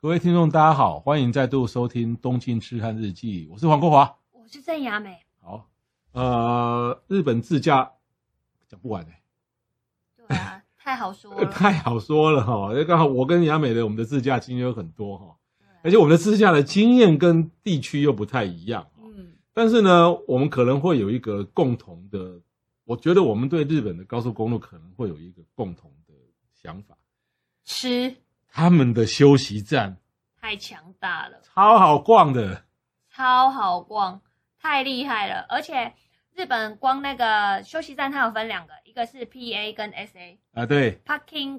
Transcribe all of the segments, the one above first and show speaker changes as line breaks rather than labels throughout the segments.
各位听众，大家好，欢迎再度收听《东京痴汉日记》，我是黄国华。
我是郑雅美，
好，呃，日本自驾讲不完哎、
对啊，太好说
欸，
了，
太好说了哈。因为刚好我跟雅美的我们的自驾经验有很多哈，而
对
且我们的自驾的经验跟地区又不太一样，
嗯，
但是呢，我们可能会有一个共同的，我觉得我们对日本的高速公路可能会有一个共同的想法，
吃
他们的休息站
太强大了，
超好逛的，
超好逛，太厉害了，而且日本光那个休息站它有分两个，一个是 PA 跟 SA，parking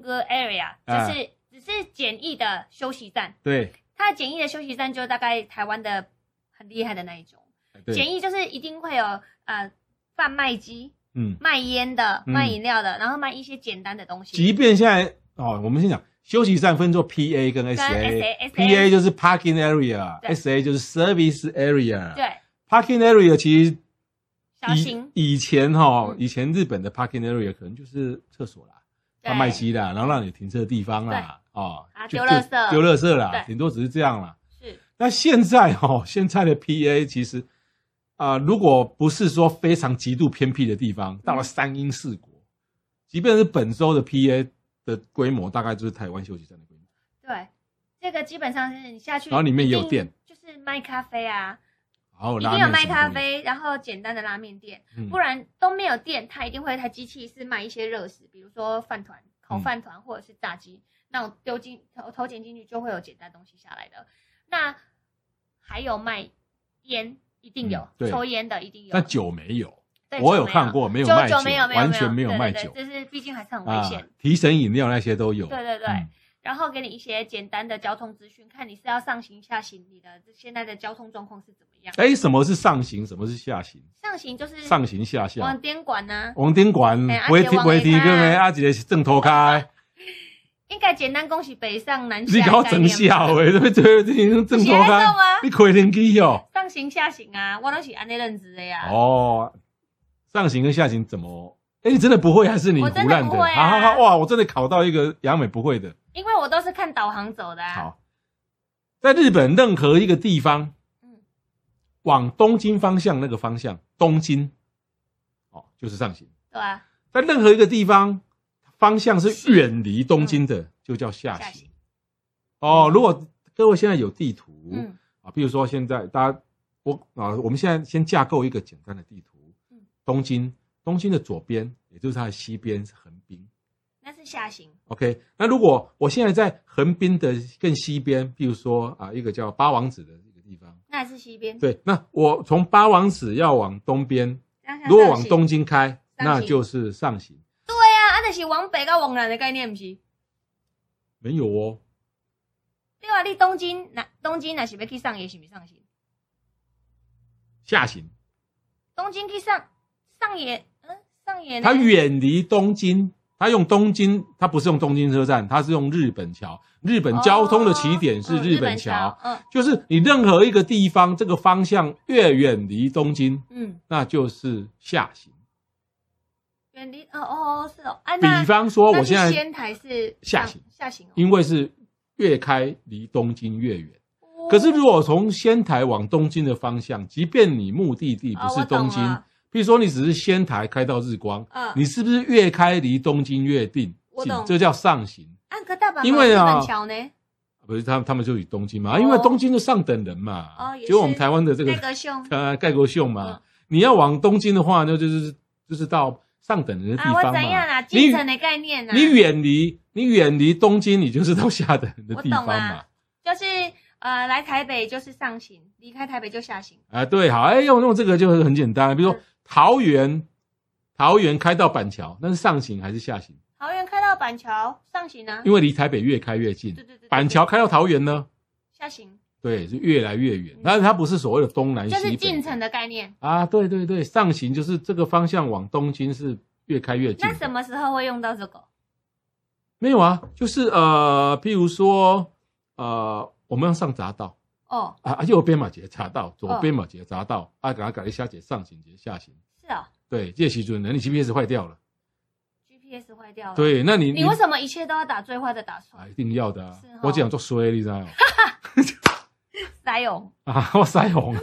啊，对
area，
啊
就是、只是简易的休息站，
对
它的简易的休息站就大概台湾的很厉害的那一种，
对，
简易就是一定会有呃贩卖机。
嗯，
卖烟的、
嗯
卖饮料的，然后卖一些简单的东西。
即便现在哦，我们先讲休息站分作 PA 跟
SA
SA，PA 就是 parking
对
area，SA 就是 service area。
对，
parking area 其实
小
以
型
以前哈、
嗯
以前日本的 parking area 可能就是厕所啦、
对
贩卖机啦，然后让你停车的地方啦，哦，
啊
就
丢垃圾
就丢垃圾啦
对，
顶多只是这样啦。
是
那现在哈、 现在的 PA 其实啊、如果不是说非常极度偏僻的地
嗯
方，到了三英四国，即便是本州的 PA 的规模，大概就是台湾休息站的规模。
对，这个基本上是你下去，
然后里面也有店，
就是卖咖啡啊，
然后
一
拉
定
面
有卖
什么
咖
的，
啡，然后简单的拉面店，
嗯
不然都没有店，它一定会有一台机器是卖一些热食，比如说饭团、烤
嗯
饭团或者是炸鸡，那种丢进投投钱进去就会有简单东西下来的。那还有卖烟，一定有
嗯、对
抽烟的，一定有。
但酒没有，
对
我
酒
有
没
看过，没有
酒
卖酒，
酒没有，没有
完全没有
对
卖
对
酒啊
对就是毕竟还是很危险。
提神饮料那些都有。
对对对。
嗯
然后给你一些简单的交通资讯，看你是要上行下行，你的现在的交通状况是怎么样。
哎、什么是上行？什么是下行？
上行就是
上行下效
往。边管呢、
王丁管
哎啊，
维
一
提
个往
维
下
提啊个没阿姐是正头开，
应该简单恭喜北上南下
你
的概
搞
念吧。
整笑 诶，这这这正头
你学得
开
到，吗？
你开天机哦。
上行下行啊，我都是按那认知的呀。
哦，上行跟下行怎么？哎、你真的不会还是你胡
我真的
乱
不会啊
好好好，哇，我真的考到一个杨美不会的。
因为我都是看导航走的、啊。，
好，在日本任何一个地方，
嗯，
往东京方向那个方向，东京，哦，就是上行。
对啊，
在任何一个地方，方向是远离东京的，就叫下
嗯下
行
行。
哦，如果各位现在有地图、
嗯，
啊，比如说现在大家我啊，我们现在先架构一个简单的地图
嗯。
东京，东京的左边，也就是它的西边是横滨。
那是下行。
OK，那如果我现在在横滨的更西边，譬如说啊，一个叫八王子的一个地方，
那是西边，
对，那我从八王子要往东边，
那像
如果往
上行
东京开，
上行
那就是上行。
对啊，啊，那是往北跟往南的概念，不是？
没有哦，
对啊，你东京那东京那是要去上野，是不是上行？
下行。
东京去上上野，嗯，上野呢
它远离东京，它用东京，它不是用东京车站，它是用日本桥。日本交通的起点是
哦哦嗯
日
日
本桥，
桥，嗯
就是你任何一个地方，这个方向越远离东京，
嗯，
那就是下行。
远离哦哦哦是哦，啊那
比方说，
那
我
是
现在
仙台是
下
上
行
下行哦，
因为是越开离东京越远，
哦
可是如果从仙台往东京的方向，即便你目的地不
哦
是
我懂
东京，
了
譬如说你只是仙台开到日光，
嗯
你是不是越开离东京越近
我？
近
懂
这叫上行。
啊可大阪
因为啊
有日本桥呢，
不是他们，他们就以东京嘛，
哦
因为东京就上等人嘛，
哦也是
就我们台湾的这个
那个凶
呃盖国秀嘛。
嗯
你要往东京的话，那就是就是到上等人的地
啊我
方嘛。
怎样啦，
你
进城的概念啊，
你远离你远离东京，你就是到下等人的地方
我懂
嘛
啊。就是呃来台北就是上行，离开台北就下行，
啊，对，好，哎，用用这个就是很简单，比如说
嗯
桃园，桃园开到板桥，那是上行还是下行？
桃园开到板桥上行啊，
因为离台北越开越近
对，对对，
板桥开到桃园呢，
下行，
对，是越来越远
嗯。
但是它不是所谓的东南西
就
北，
是进城的概念。
啊，对对对，上行就是这个方向往东京是越开越近
那。什么时候会用到这个？
没有啊，就是呃，譬如说呃，我们要上匝道
哦，
啊，啊右边嘛节匝
嗯
道，左边嘛节匝道，啊，给它改一下节上行节下行。
是哦
对，这时准人你 GPS 坏掉了，
，GPS 坏掉了。，
对，那你
你为什么一切都要打最坏的打
啊，
算？
一定要的啊
是哦！
我讲做衰，你知道吗？
塞勇，
啊，我腮红了。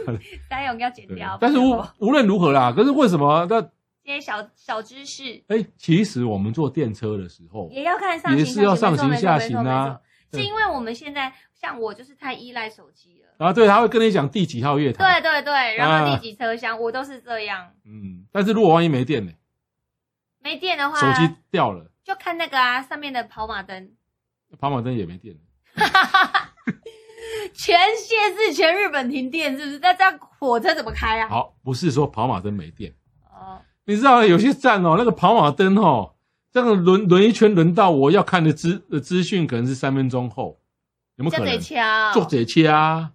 塞勇要剪
对
掉。
但是
不
无
然
无论如何啦，可是为什么？那
这些小小知识
哎、其实我们坐电车的时候，
也要看上行，
也是要上行
没错
下行啊。
没错没错没错
对
是因为我们现在像我就是太依赖手机了。
然啊后对他会跟你讲第几号月台。
对对对，然后
啊
第几车厢我都是这样，
嗯，但是如果万一没电呢？
没电的话
手机掉了，
就看那个啊上面的跑马灯，
跑马灯也没电了。
全县市全日本停电是不是？那这样火车怎么开啊？
好，不是说跑马灯没电，
哦，
你知道有些站哦，那个跑马灯哦，这样轮轮一圈，轮到我要看的资呃资讯可能是三分钟后，有没有
叫
可
嘴
能？
敲，
坐贼切啊！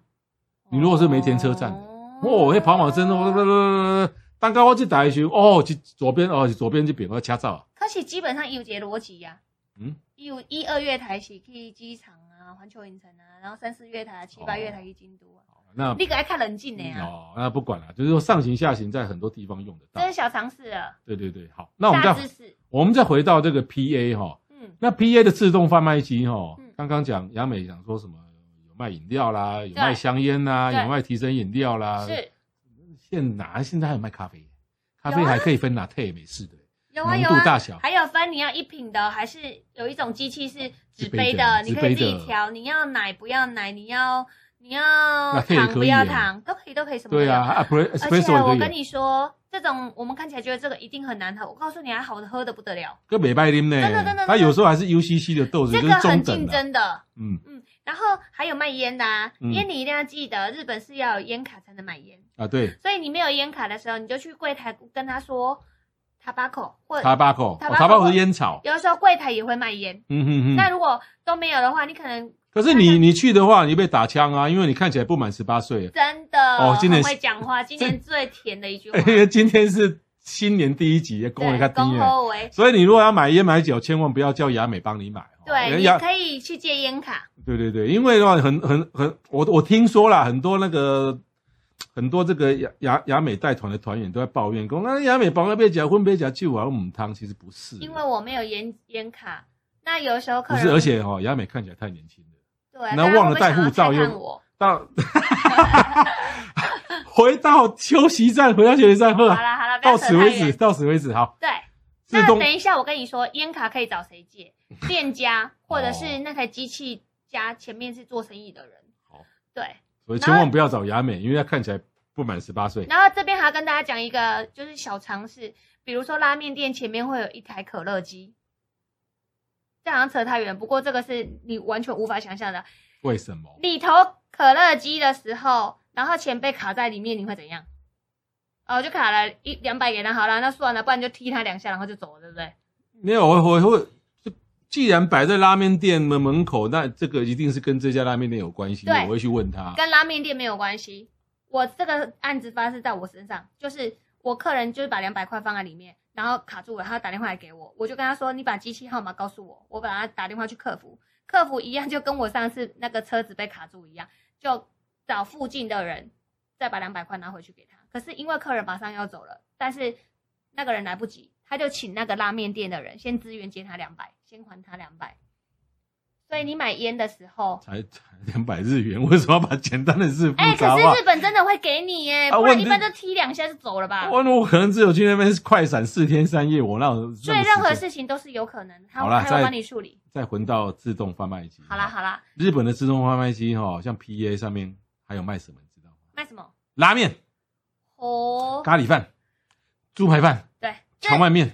你如果是没停车站的哦，那跑马灯
哦。
哦，当刚我去打一球，哦，去左边哦，是左边这边我掐啊照。
可是基本上有节逻辑呀，
嗯，
有一二月台是去机场啊、环球影城啊，然后三四月台、啊、七八月台去京都啊，
那
你可爱看人进的啊呀，
哦，那不管了，就是说上行下行在很多地方用得
这是
到。
小常识了，
对对对，好，那我们
大知
再
识。
我们再回到这个 PA 哈、
嗯，
那 PA 的自动贩卖机哈、
嗯
刚刚讲雅美讲说什么有卖饮料啦，有
对
卖香烟啦，
对
有卖提神饮料啦，
是
现哪现在还有卖咖啡，咖
有
啡
啊
还可以分拿特美式的，
有啊
浓
有
度
啊，
大小
还有分你要一品的，还是有一种机器是纸杯的，
的
你可
纸杯
以自己
的
调，你要奶不要奶，你要你要
那可以
糖
可
不
以
要
耶
糖，都可以都可以什么都
对
有
啊，。啊，pre-
而且
espresso
我
也可
跟
以有，
你说，这种我们看起来觉得这个一定很难喝，我告诉你，还好喝的不得了，
跟美拜林呢
真的真的真，的
它有时候还是 UCC 的豆子，
这
就
个
是中
很
等
竞
的，
争的。
嗯
嗯，然后还有卖烟的啊，
嗯
烟你一定要记得，日本是要有烟卡才能买烟，
啊，对
所以你没有烟卡的时候，你就去柜台跟他说 tobacco 或者
，tobacco，
Tobacco
，tobacco 哦是烟草，
有的时候柜台也会卖烟。
嗯哼
那
哼。
如果都没有的话，你可能
可是你你去的话，你被打枪啊，因为你看起来不满十八岁，
真的
哦今年
很会讲话，今年最甜的一句话，
因为今天是新年第一集，恭维
啊对，
他哦第一
恭
年。
候为。
所以你如果要买烟买酒，千万不要叫雅美帮你买。哦
对，你
雅
可以去借烟卡，
对对对，因为的话很很很，我我听说啦，很多那个很多这个雅雅雅美带团的团员都在抱怨，说那雅美帮我别讲婚别讲酒啊，我们汤其实不是，
因为我没有烟烟卡。那有时候客
不
人
是，而且哦，雅美看起来太年轻了。
对，
那
大家
忘了
会不会
带护
想要
照
看
又
看我。
到 回到休息站，回到休息站，
好
呵，
啦好啦，不要
到
扯
此
太
为止，
远。
到此为止，好，
对，
自
那
动
等一下我跟你说，烟卡可以找谁借？店家或
哦
者是那台机器家前面是做生意的人。
好
对，
所以千万不要找雅美，因为她看起来不满十八岁。
然后这边还要跟大家讲一个就是小常识，比如说拉面店前面会有一台可乐机，这好像扯太远，不过这个是你完全无法想象的。
为什么？
你投可乐机的时候，然后钱被卡在里面，你会怎样？哦，就卡了一两百给他，好了，那算了，不然就踢他两下，然后就走了，对不对？
没有，我我会，就既然摆在拉面店门门口，那这个一定是跟这家拉面店有关系，
对
我会去问他。
跟拉面店没有关系。我这个案子发生在我身上，就是我客人就是把两百块放在里面，然后卡住了，他打电话来给我，我就跟他说：“你把机器号码告诉我，我把他打电话去客服。”客服一样就跟我上次那个车子被卡住一样，就找附近的人再把两百块拿回去给他。可是因为客人马上要走了，但是那个人来不及，他就请那个拉面店的人先支援接他两百，先还他两百。所以你买烟的时候，
才 才两百日元，为什么要把简单的事复
哎、
杂
可
化
是？日本真的会给你耶，
啊
不然
问
一
题
般就踢两下就走了吧。
我我可能只有去那边快闪四天三夜，我那种
所以任何
事
事情都是有可能，他
好啦
他会
再
帮你处理。
再回到自动贩卖机。
好啦，好啦，
日本的自动贩卖机哈、像 PA 上面还有卖什么，你知道吗？
卖什么？
拉面、
哦，
咖喱饭、猪排饭、
对，这
荞麦面，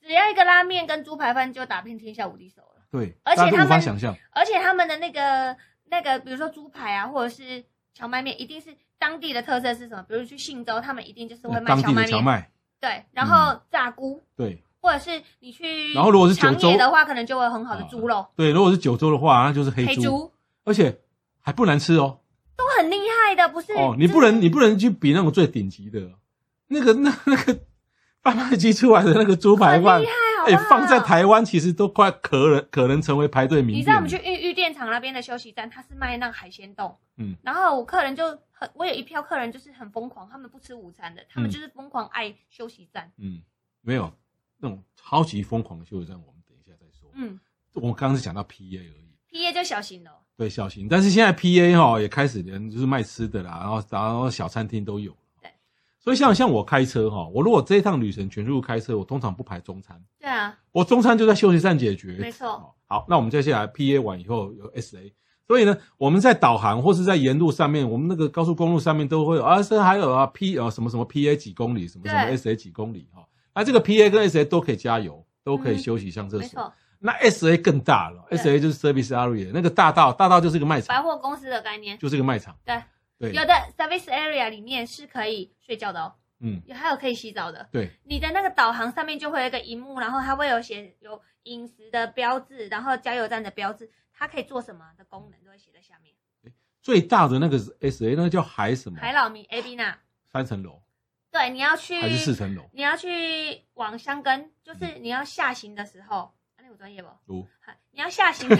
只要一个拉面跟猪排饭就打遍天下无敌手了。
对，
而且
大家
他
都无法
们
想象。
而且他们的那个那个，比如说猪排啊，或者是荞麦面，一定是当地的特色是什么？比如去信州，他们一定就是会卖
当
荞
地
麦
的荞
面，
麦，
对，然后炸菇，
对，
或者是你去，
然后如果是九州
的话，可能就会有很好的猪肉，
对，如果是九州的话，那就是黑
黑
猪，
猪
而且还不难吃哦。
都很厉害的，不是？
哦，你
就是
不能你不能去比那种最顶级的，哦那个 那那个贩卖机出来的那个猪排
很
饭
厉，害，好
哎、
不好？
放在台湾其实都快可能可能成为排队名
你
店。
知道我们去玉玉电厂那边的休息站，他是卖那个海鲜冻，
嗯，
然后我客人就很，我有一票客人就是很疯狂，他们不吃午餐的，他
嗯
们就是疯狂爱休息站，
嗯，没有那种超级疯狂的休息站，我们等一下再说。
嗯
我刚刚是讲到 PA 而已，
，P A 就小型的哦，
对，小型，但是现在 PA 哈也开始连就是卖吃的啦，然后然后小餐厅都有。
对，
所以像像我开车哈，我如果这一趟旅程全路开车，我通常不排中餐。
对啊，
我中餐就在休息站解决，
没错
哦。好，那我们接下来 P A 完以后有 S A，所以呢，我们在导航或是在沿路上面，我们那个高速公路上面都会有啊，这还有啊 P 呃什么什么 P A 几公里，什么什么
对
S A 几公里哈、哦。那这个 P A 跟 S A 都可以加油，都可以
嗯
休息上厕
没
所。
错，
那 S A 更大了
对
，S A 就是 Service Area，那个大道大道就是个卖
百
场，
货公司的概念，
就是个卖场。
对，
对，
有的 service area 里面是可以睡觉的哦，
嗯，
有还有可以洗澡的。
对，
你的那个导航上面就会有一个荧幕，然后它会有写有饮食的标志，然后加油站的标志，它可以做什么的功能都会写在下面。
最大的那个 S A 那个叫海什么？
海老名 A B 娜，
三层楼
对，你要去
还是四层楼？
你要去往箱根，就是你要下行的时候，啊那有专业不？
哦，
好你要下 行的，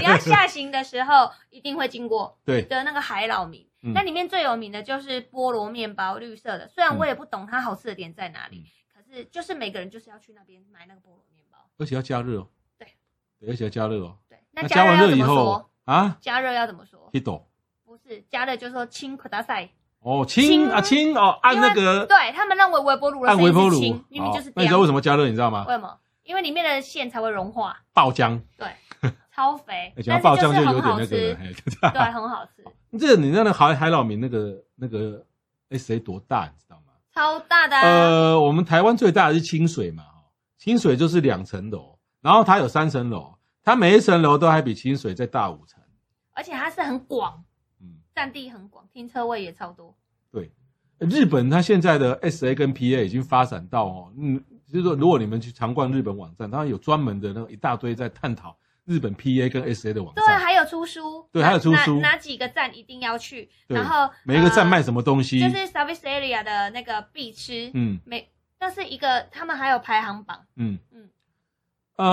你要下行的时候一定会经过
对，
的那个海老名。
嗯
那里面最有名的就是菠萝面包，绿色的。虽
嗯
然我也不懂它好吃的点在哪里，可是就是每个人就是要去那边买那个菠萝面包。
而且要加热哦。
对
对，而且要加热哦。
对，那
加
加
完
热要
热
怎
以
么
后
说？
啊
加热要怎么说？
，hito
不是加热就说清可大赛，
哦，轻啊轻哦，按那个
对他们认为微波炉的
按
声
微波
音
炉
是清，，明明
好
就是
那你知道为什
么？
么加热？你知道吗
为？什么？因为里面的馅才会融化，
爆浆，
对，超肥
哎，讲
但
到爆
是就
浆
是
有
很
点
好
那个了
吃，
嘿，
对，很好吃，
这个你那个海海老名那个那个 S A 多大，你知道吗？
超大的啊，
呃，我们台湾最大的是清水嘛，哦清水就是两层楼，然后它有三层楼，它每一层楼都还比清水再大五层，
而且它是很广，
嗯。
占地很广，停车位也超多。
日本它现在的 S A 跟 P A 已经发展到哦，嗯，就是说如果你们去常逛日本网站，它有专门的那个一大堆在探讨日本 P A 跟 S A 的网
对，
站，
还有出书，
对
哪
还有出书
哪哪几个站一定要去，
对
然后
每一个站卖
么、
什么东西，
啊就是 service area 的那个必吃，
嗯
每那是一个，他们还有排行榜，
嗯嗯
嗯，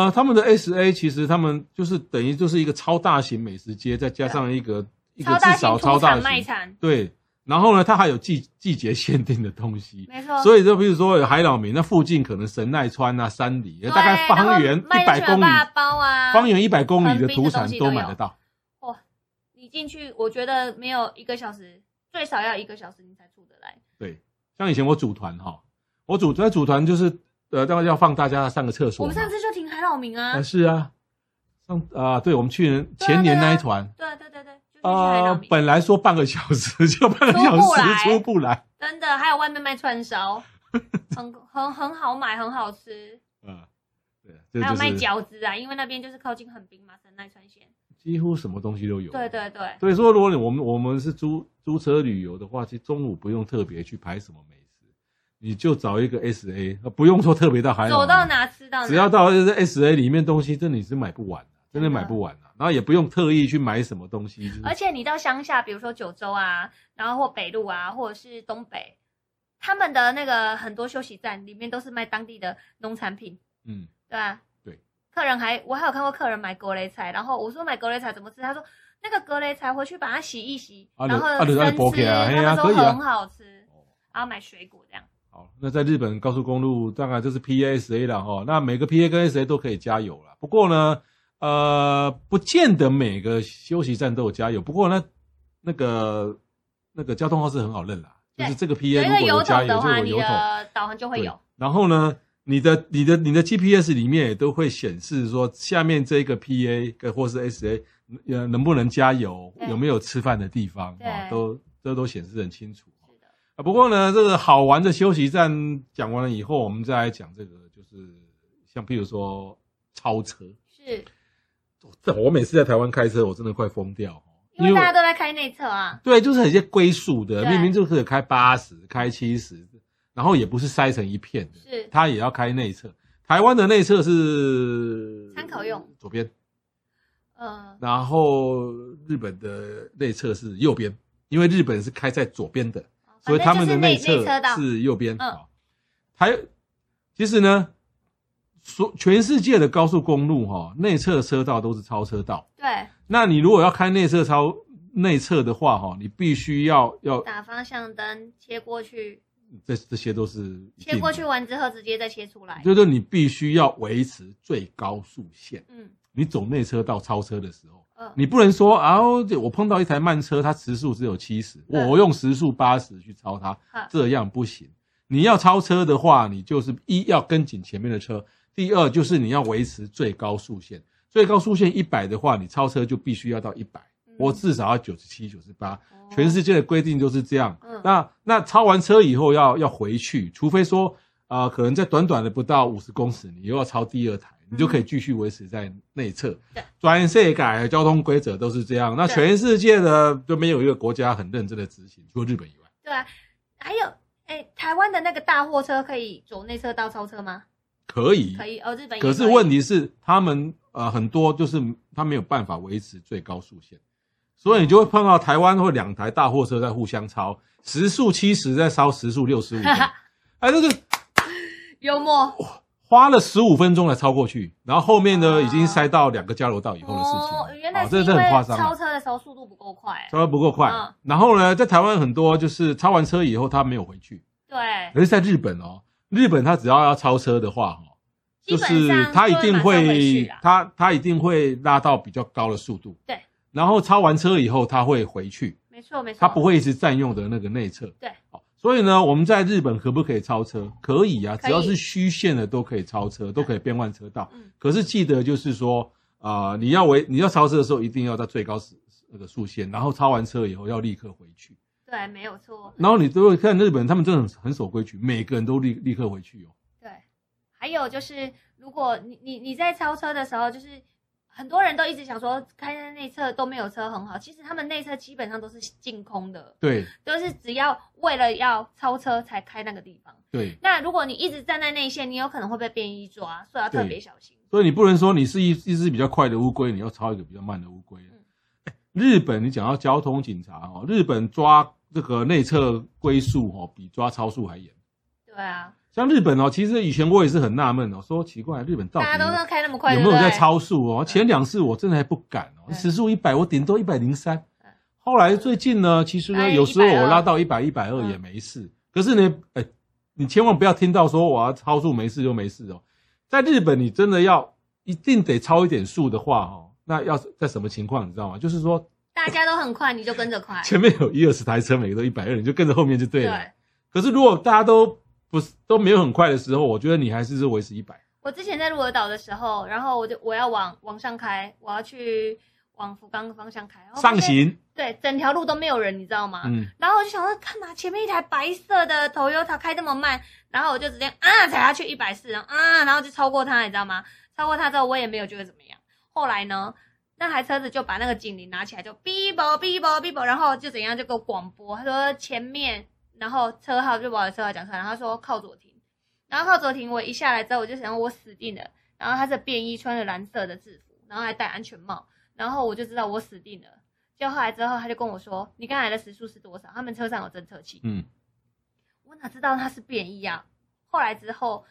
呃，他们的 S A 其实他们就是等于就是一个超大型美食街，再加上一个一个
超
至
大型
少超
土
大
产卖
型，
场，
对，然后呢，它还有季季节限定的东西。
没错，以
所以就比如说有海老名，那附近可能神奈川啊、山里，大概方圆一百公里，
包啊，
方圆一百公里的土
横滨的东
产
西
都
都
买
有
得到。
你进去，我觉得没有一个小时，最少要一个小时你才出得来，
对，像以前我组团哈，我组在组团就是呃，大概要放大家上个厕所
我
嘛。
们上次就停海老名啊
啊，是啊，上啊、对，我们去年
对啊
前年那一
对啊
团
对对对对，就是去海
啊、
老名，
本来说半个小时， 就半个小
出不
时
来
出不来。
真的，还有外面卖 串烧，很很很好买，很好吃。
啊，对，这
还有
就
卖
是
饺子啊，因为那边就是靠近横滨嘛，神奈川县。
几乎什么东西都有。
对对对，
所以说，如果你我们我们是租租车旅游的话，其实中午不用特别去排什么美食，你就找一个 S A，不呃用说特别到海岛，
走到哪吃到哪。
只要到这 S A 里面东西，真的你是买不完的，真的买不完的。然后也不用特意去买什么东西，就是
而且你到乡下，比如说九州啊，然后或北路啊，或者是东北，他们的那个很多休息站里面都是卖当地的农产品，
嗯，
对吧、啊？
对。
客人还我还有看过客人买格雷菜，然后我说买格雷菜怎么吃，他说那个格雷菜回去把它洗一洗，
啊
然后
就啊就
生
按
吃，
剥起来嘿
他
啊
们
可
说
以啊
很好吃，然后买水果这样。
好，那在日本高速公路当然就是 PASA 了哈，那每个 PA 跟 SA 都可以加油啦。不过呢，呃，不见得每个休息站都有加油。不过呢，那个那个交通号是很好认啦，就
对
是这个
有
PA 如
一个
果有
油
加
桶
油，
的
就
话，
有
你
油桶。
的导航就会
对
有。
然后呢，你的你的你的 GPS 里面也都会显示说，下面这个 PA 跟或是 SA 呃能不能加油，
对
有没有吃饭的地方
对
啊，都这都显示很清楚。
是的，
啊，不过呢，这个好玩的休息站讲完了以后，我们再来讲这个，就是像譬如说超车，
是
这哦我每次在台湾开车，我真的快疯掉哦，
因为大家都在开内测啊。
对，就是很些龟速的，
对
明明就是开八十、开七十，然后也不是塞成一片的，
是
它也要开内侧。台湾的内测是
参考用
左边，
呃，
然后日本的内测是右边，因为日本是开在左边的，所以他们的内
内
测
车道，
是右边。
嗯
啊。还其实呢，所全世界的高速公路哈、内侧车道都是超车道。
对，
那你如果要开内侧超内侧的话哈、你必须要要
打方向灯切过去，
这这些都是一定
切
的
过去，完之后直接再切出来。
就是你必须要维持最高速限。
嗯
你走内车道超车的时候。
嗯，
你不能说啊，我碰到一台慢车，它时速只有七十，
嗯
我用时速八十去超它，
好
这样不行。你要超车的话，你就是一要跟紧前面的车，第二就是你要维持最高速限。最高速限一百的话，你超车就必须要到一百、
嗯
我至少要九十七、九十八。
哦
全世界的规定就是这样。
嗯
那那超完车以后要要回去，除非说啊、呃可能在短短的不到五十公尺，你又要超第二台，你就可以继续维持在内侧
嗯对。
全世界的交通规则都是这样。那
对
全世界的就没有一个国家很认真的执行，除了日本以外，
对啊，还有哎、台湾的那个大货车可以走内车道超车吗？
可以。
可以哦，日本也
可是
以
问题是，他们呃很多就是他没有办法维持最高速限，所以你就会碰到台湾会两台大货车在互相超，时速七十在超时速六十五， 哎，这个
幽默
花了十五分钟来超过去，然后后面呢、
啊
已经塞到两个交流道以后的事情。
哦，原来
啊
是
这
因
这很夸
为
张
超
啊，
车的时候速度不够快、
超得不够快。
嗯
然后呢，在台湾很多就是超完车以后他没有回去，
对
可，是在日本哦，日本他只要要超车的话哦，就
基本
是
上
他一定
就马上回去
会
啊啦
他他一定会拉到比较高的速度。
对。
然后超完车以后他会回去，
没错没错，
他不会一直占用的那个内侧。
对
好，所以呢，我们在日本可不可以超车？可以啊，
可
只
以
要是虚线的都可以超车，都可以变换车道。
嗯
可是记得就是说，啊，你要为你要超车的时候，一定要在最高时那个速限，然后超完车以后要立刻回去。
对没有错
然后你都会看日本，他们真的很很守规矩，每个人都立立刻回去哦。
对。还有就是，如果你你你在超车的时候，就是很多人都一直想说开在内侧都没有车很好，其实他们内侧基本上都是净空的，
对
都是只要为了要超车才开那个地方。
对，
那如果你一直站在内线，你有可能会被便衣抓，所以要特别小心。
所以你不能说你是一一只比较快的乌龟，你要超一个比较慢的乌龟。
嗯
哎日本，你讲到交通警察哦，日本抓这个内侧龟速哦，比抓超速还严。
对啊，
像日本哦，其实以前我也是很纳闷哦，说奇怪，日本到底
大家都是开那么快，
有
对
没
不
有
对？
在超速哦？前两次我真的还不敢哦，
嗯
时速一百，我顶多一百零三
嗯。
后来最近呢，其实
哎
呢，有时候
120
我拉到一百、一百二
嗯
也没事。可是呢，哎，你千万不要听到说我要超速没事就没事哦。在日本，你真的要一定得超一点速的话哦，那要在什么情况你知道吗？就是说
大家都很快，你就跟着快。
前面有一二十台车，每个都一百二，你就跟着后面就 对
哎对
了。可是如果大家都不是都没有很快的时候，我觉得你还是是维持一百。
我之前在鹿儿岛的时候，然后我就我要往往上开，我要去往福冈的方向开，然后发
上
现，
行，
对，整条路都没有人，你知道吗？
嗯，
然后我就想说，干嘛前面一台白色的 Toyota 开这么慢？然后我就直接啊踩下去一百四，然后啊，然后就超过他，你知道吗？超过他之后，我也没有觉得怎么样。后来呢，那台车子就把那个警铃拿起来，就哔啵哔啵哔啵，然后就怎样就给我广播，他说前面，然后车号就把我的车号讲出来，然后他说靠左停，然后靠左停，我一下来之后我就想我死定了。然后他是便衣，穿着蓝色的制服，然后还戴安全帽，然后我就知道我死定了。就后来之后，他就跟我说：“你刚才的时速是多少？”他们车上有侦测器。
嗯，
我哪知道他是便衣啊？后来之后，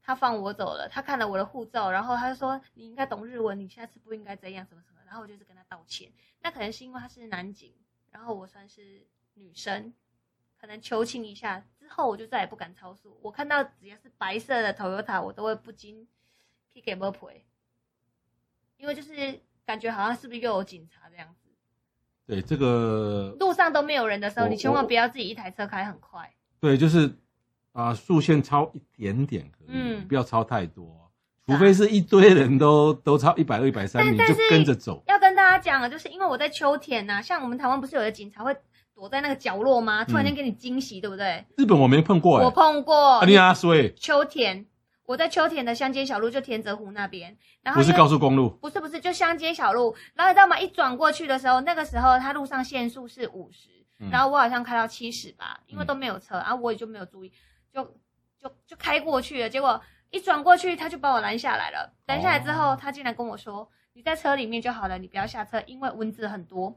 他放我走了，他看了我的护照，然后他就说：“你应该懂日文，你下次不应该这样，什么什么。”然后我就是跟他道歉。那可能是因为他是男警，然后我算是女生，可能求情一下之后，我就再也不敢超速。我看到只要是白色的 Toyota，我都会不禁 kick a m 因为就是感觉好像是不是又有警察这样子。
对，这个
路上都没有人的时候，
我
你千万不要自己一台车开很快。
对，就是啊、速限超一点点可以，
嗯啊
不要超太多，除非是一堆人都都超一百二、一百三，
但
你就
但是
跟着走。
要跟大家讲啊，就是因为我在秋田呐、像我们台湾不是有的警察会躲在那个角落吗？突然间给你惊喜，对不对？
日本我没碰过、欸，
我碰过
嗯啊，你啊，所以
秋田，我在秋田的乡间小路，就田泽湖那边，然后
不是
因为
高速公路，
不是不是，就乡间小路。然后你知道吗？一转过去的时候，那个时候它路上限速是五十、
嗯
然后我好像开到啊七十吧，因为都没有车，然后、我也就没有注意，就就就开过去了。结果一转过去，他就把我拦下来了。拦下来之后，他竟然跟我说：“你在车里面就好了，你不要下车，因为蚊子很多。”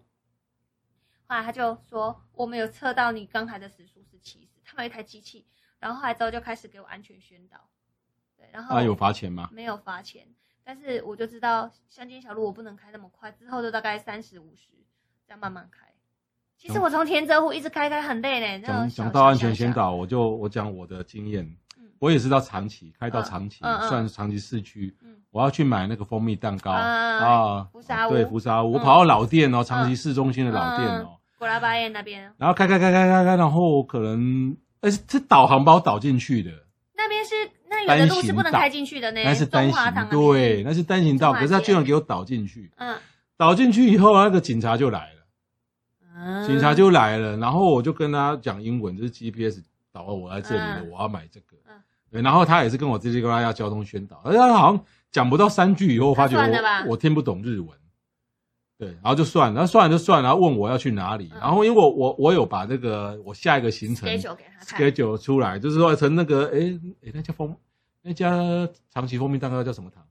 后来他就说：“我们有测到你刚才的时速是七十，他们有一台机器。”然后后来之后就开始给我安全宣导，对，然后
啊，有罚钱吗？
没有罚钱，但是我就知道乡间小路我不能开那么快，之后就大概三十五十这样慢慢开。其实
讲
我从田泽湖一直开开很累嘞，那
讲
种
讲
小
到安全宣，
小小
导，我就我讲我的经验
嗯，
我也是到长崎，开到
嗯
长崎，
嗯嗯
算长崎市区
嗯，
我要去买那个蜂蜜蛋糕
啊
啊
福沙屋
对，福沙屋，我
嗯
跑到老店哦，长崎市中心的老店
嗯
哦，
果拉巴彦那边，
然后开开开开开开，然后可能哎是是导航把我导进去的，
那边是那有的路是不
单行
能
道
开进去的呢，
那是单
中华堂
行，
那边，
对，那是单行道，
中华
可
街
是他居然给我导进去，
嗯
导进去以后那个警察就来了，
嗯，
警察就来了，然后我就跟他讲英文，这是 GPS 导航，我在这里了，
嗯
我要买这个
嗯，
对，然后他也是跟我叽里呱啦要交通宣导，而且他好像讲不到三句以后，我发觉
他算了吧
我我听不懂日文。对，然后就算了，然后算了就算了，然后问我要去哪里，
嗯
然后因为我我我有把那个我下一个行程
schedule 给他看，
schedule 出来，就是说成那个诶诶那家蜂那家长崎蜂蜜蛋糕叫什么糖？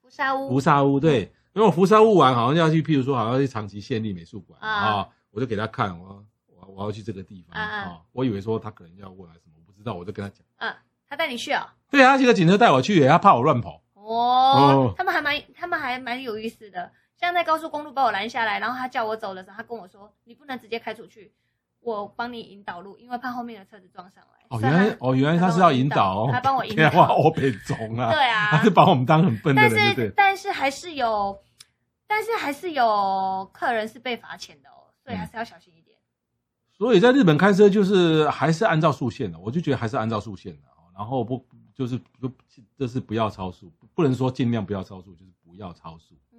福沙屋
福沙屋
嗯
对，因为我福沙屋玩好像要去，譬如说好像要去长崎县立美术馆
啊
啊，我就给他看我我我要去这个地方
啊啊
啊，我以为说他可能要问还是什么，我不知道，我就跟他讲。
嗯，他带你去哦。
对啊，这个警车带我去耶，他怕我乱跑。
哦
哦，
他们还蛮，他们还蛮有意思的。像在高速公路把我拦下来，然后他叫我走的时候，他跟我说：“你不能直接开出去，我帮你引导路，因为怕后面的车子撞上来。”
哦，
所以
原
他
来哦，原来他是要引导哦，
啊他帮我引 导
天啊哇，我被中啊，
对啊
他是把我们当很笨的
但
人，对不
是
对？
但是还是有，但是还是有客人是被罚钱的
嗯
哦，所以还是要小心一点。
所以在日本开车就是还是按照速线的，我就觉得还是按照速线的哦。然后不就是不就是不要超速，不能说尽量不要超速，就是不要超速。
嗯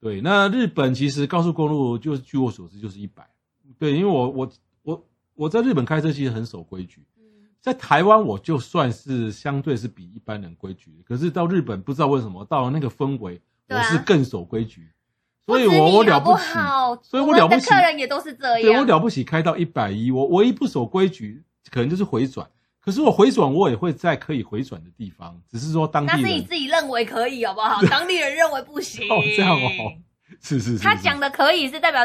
对，那日本其实高速公路就是据我所知就是一百。对，因为我我我我在日本开车其实很守规矩，
嗯，
在台湾我就算是相对是比一般人规矩，可是到日本不知道为什么到了那个氛围，我
对啊
是更守规矩，所以
不止
我
你
我了
好不
起。
好，
所以我
们
了不
的
起
客人也都是这样。啊
对我了不起开到一百一，我唯一不守规矩可能就是回转，可是我回转我也会在可以回转的地方，只是说当
那
地
是你
人
自己认为可以好 不好？当地人认为不行。
哦这样哦，是是是
他
是
讲的可以是代表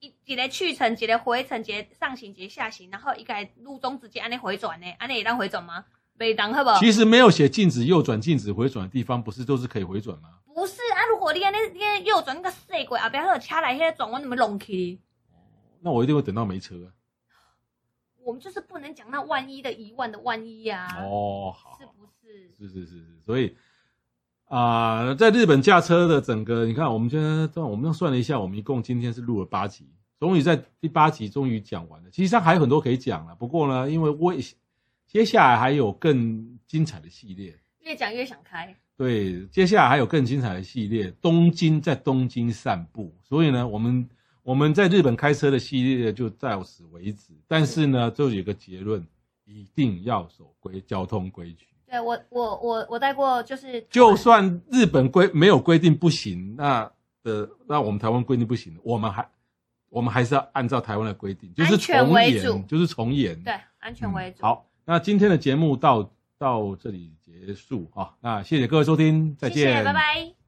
一一个去程，一个回程，一个上行，一个下行，然后一个路中直接安尼回转呢，安尼也当回转吗？没当好不好？
其实没有写禁止右转、禁止回转的地方，不是都是可以回转吗？
不是啊，如果你安尼你安尼右转那个啊细鬼，后壁迄车来，迄个转弯怎么弄去？
那我一定会等到没车啊、
我们就是不能讲那万一的一万的万一呀、啊，
哦，好
是，不是？
是是是是，所以啊、在日本驾车的整个，你看我们今天我们算了一下，我们一共今天是录了八集，终于在第八集终于讲完了。其实上还有很多可以讲了，不过呢，因为我也接下来还有更精彩的系列。
越讲越想开，
对，接下来还有更精彩的系列，东京在东京散步。所以呢，我们我们在日本开车的系列就到此为止。但是呢，就有一个结论，一定要守规交通规矩。
对我我我我带过就是
就算日本规没有规定不行，那的那我们台湾规定不行，我们还我们还是要按照台湾的规定，就是
安全
从
为主
严，就是从严。
对安全为主。
嗯。好，那今天的节目到到这里结束啊，那谢谢各位收听，再
谢
见，
谢，拜拜。